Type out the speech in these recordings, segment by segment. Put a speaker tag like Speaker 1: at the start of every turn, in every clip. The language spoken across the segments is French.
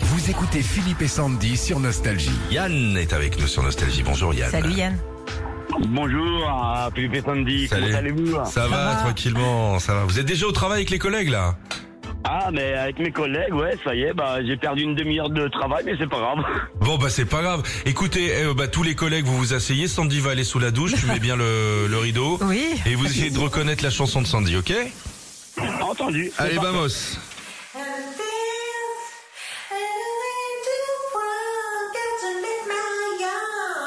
Speaker 1: Vous écoutez Philippe et Sandy sur Nostalgie.
Speaker 2: Yann est avec nous sur Nostalgie. Bonjour Yann.
Speaker 3: Salut Yann.
Speaker 4: Bonjour, à Philippe et Sandy,
Speaker 2: Salut.
Speaker 4: comment allez-vous
Speaker 2: Ça va,
Speaker 3: va
Speaker 2: tranquillement, ça va. Vous êtes déjà au travail avec les collègues là
Speaker 4: Ah, mais avec mes collègues, ouais, ça y est, bah, j'ai perdu une demi-heure de travail, mais c'est pas grave.
Speaker 2: Bon bah c'est pas grave. Écoutez, eh, bah, tous les collègues, vous vous asseyez, Sandy va aller sous la douche, tu mets bien le, le rideau.
Speaker 3: Oui.
Speaker 2: Et vous essayez de reconnaître la chanson de Sandy, ok
Speaker 4: Entendu. c'est
Speaker 2: Allez bah,
Speaker 4: parti.
Speaker 2: vamos
Speaker 5: And this, only the world gets to live my own.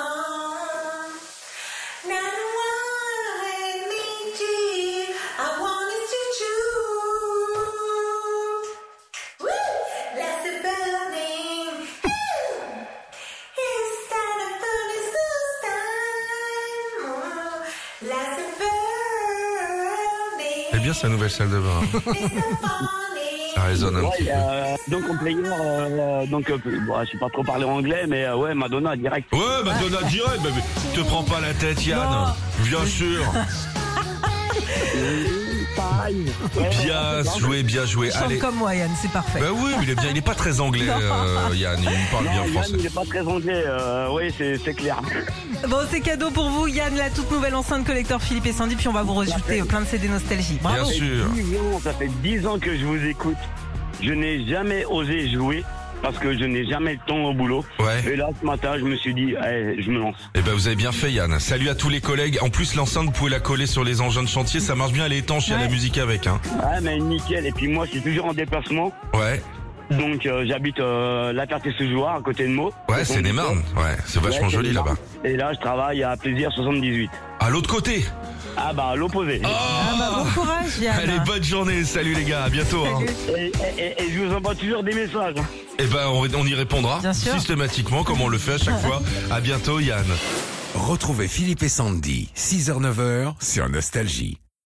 Speaker 5: Now I need you. I wanted to choose. Woo! Let's the burning. It's time to burn it so time. Let's the burning.
Speaker 2: C'est Eh bien sa nouvelle salle de bain. hein.
Speaker 5: It's so funny.
Speaker 2: Ça résonne un
Speaker 4: Ouais,
Speaker 2: petit peu.
Speaker 4: euh, donc on player, euh, donc euh, bah, je sais pas trop parler anglais, mais euh, ouais, Madonna direct.
Speaker 2: Ouais, bah donne la direct, bah, mais te prends pas la tête Yann. Bien sûr.
Speaker 4: Ouais,
Speaker 2: Bien joué, bien joué.
Speaker 3: Chante
Speaker 2: Allez.
Speaker 3: comme moi Yann, c'est parfait.
Speaker 2: Bah oui, mais il est bien, il est pas très anglais euh, Yann, il parle
Speaker 4: Non,
Speaker 2: bien
Speaker 4: Yann,
Speaker 2: français.
Speaker 4: il est pas très anglais, euh, oui, c'est c'est clair.
Speaker 3: Bon, c'est cadeau pour vous Yann, la toute nouvelle enceinte collecteur Philippe et Sandy, puis on va vous rajouter plein de CD nostalgie.
Speaker 2: Bien
Speaker 3: Bravo.
Speaker 2: sûr.
Speaker 4: 10 ans, ça fait 10 ans que je vous écoute. Je n'ai jamais osé jouer parce que je n'ai jamais le temps au boulot.
Speaker 2: Ouais.
Speaker 4: Et là, ce matin, je me suis dit, allez, je me lance.
Speaker 2: Eh ben vous avez bien fait Yann. Salut à tous les collègues. En plus l'enceinte vous pouvez la coller sur les engins de chantier, ça marche bien, elle est étanche, il y a
Speaker 3: Ouais.
Speaker 2: la musique avec hein.
Speaker 4: Ah, mais nickel. Et puis moi, je suis toujours en déplacement.
Speaker 2: Ouais.
Speaker 4: Donc euh, j'habite euh, la Ferté sous joueur à côté de Meaux.
Speaker 2: Ouais, c'est des marnes. Ouais, c'est vachement
Speaker 4: Ouais, c'est
Speaker 2: joli
Speaker 4: des
Speaker 2: là-bas.
Speaker 4: Marnes. Et là, je travaille à Plaisir 78.
Speaker 2: À l'autre côté.
Speaker 4: Ah bah à l'opposé.
Speaker 2: Oh
Speaker 3: Ah bah, bon courage Yann.
Speaker 2: Allez, bonne journée. Salut les gars, à bientôt. hein.
Speaker 4: Et, et- et- et je vous envoie toujours des messages.
Speaker 2: Eh ben on, on y répondra
Speaker 3: Bien sûr.
Speaker 2: systématiquement comme on le fait à chaque fois. À bientôt Yann.
Speaker 1: Retrouvez Philippe et Sandy, 6h-9h sur Nostalgie.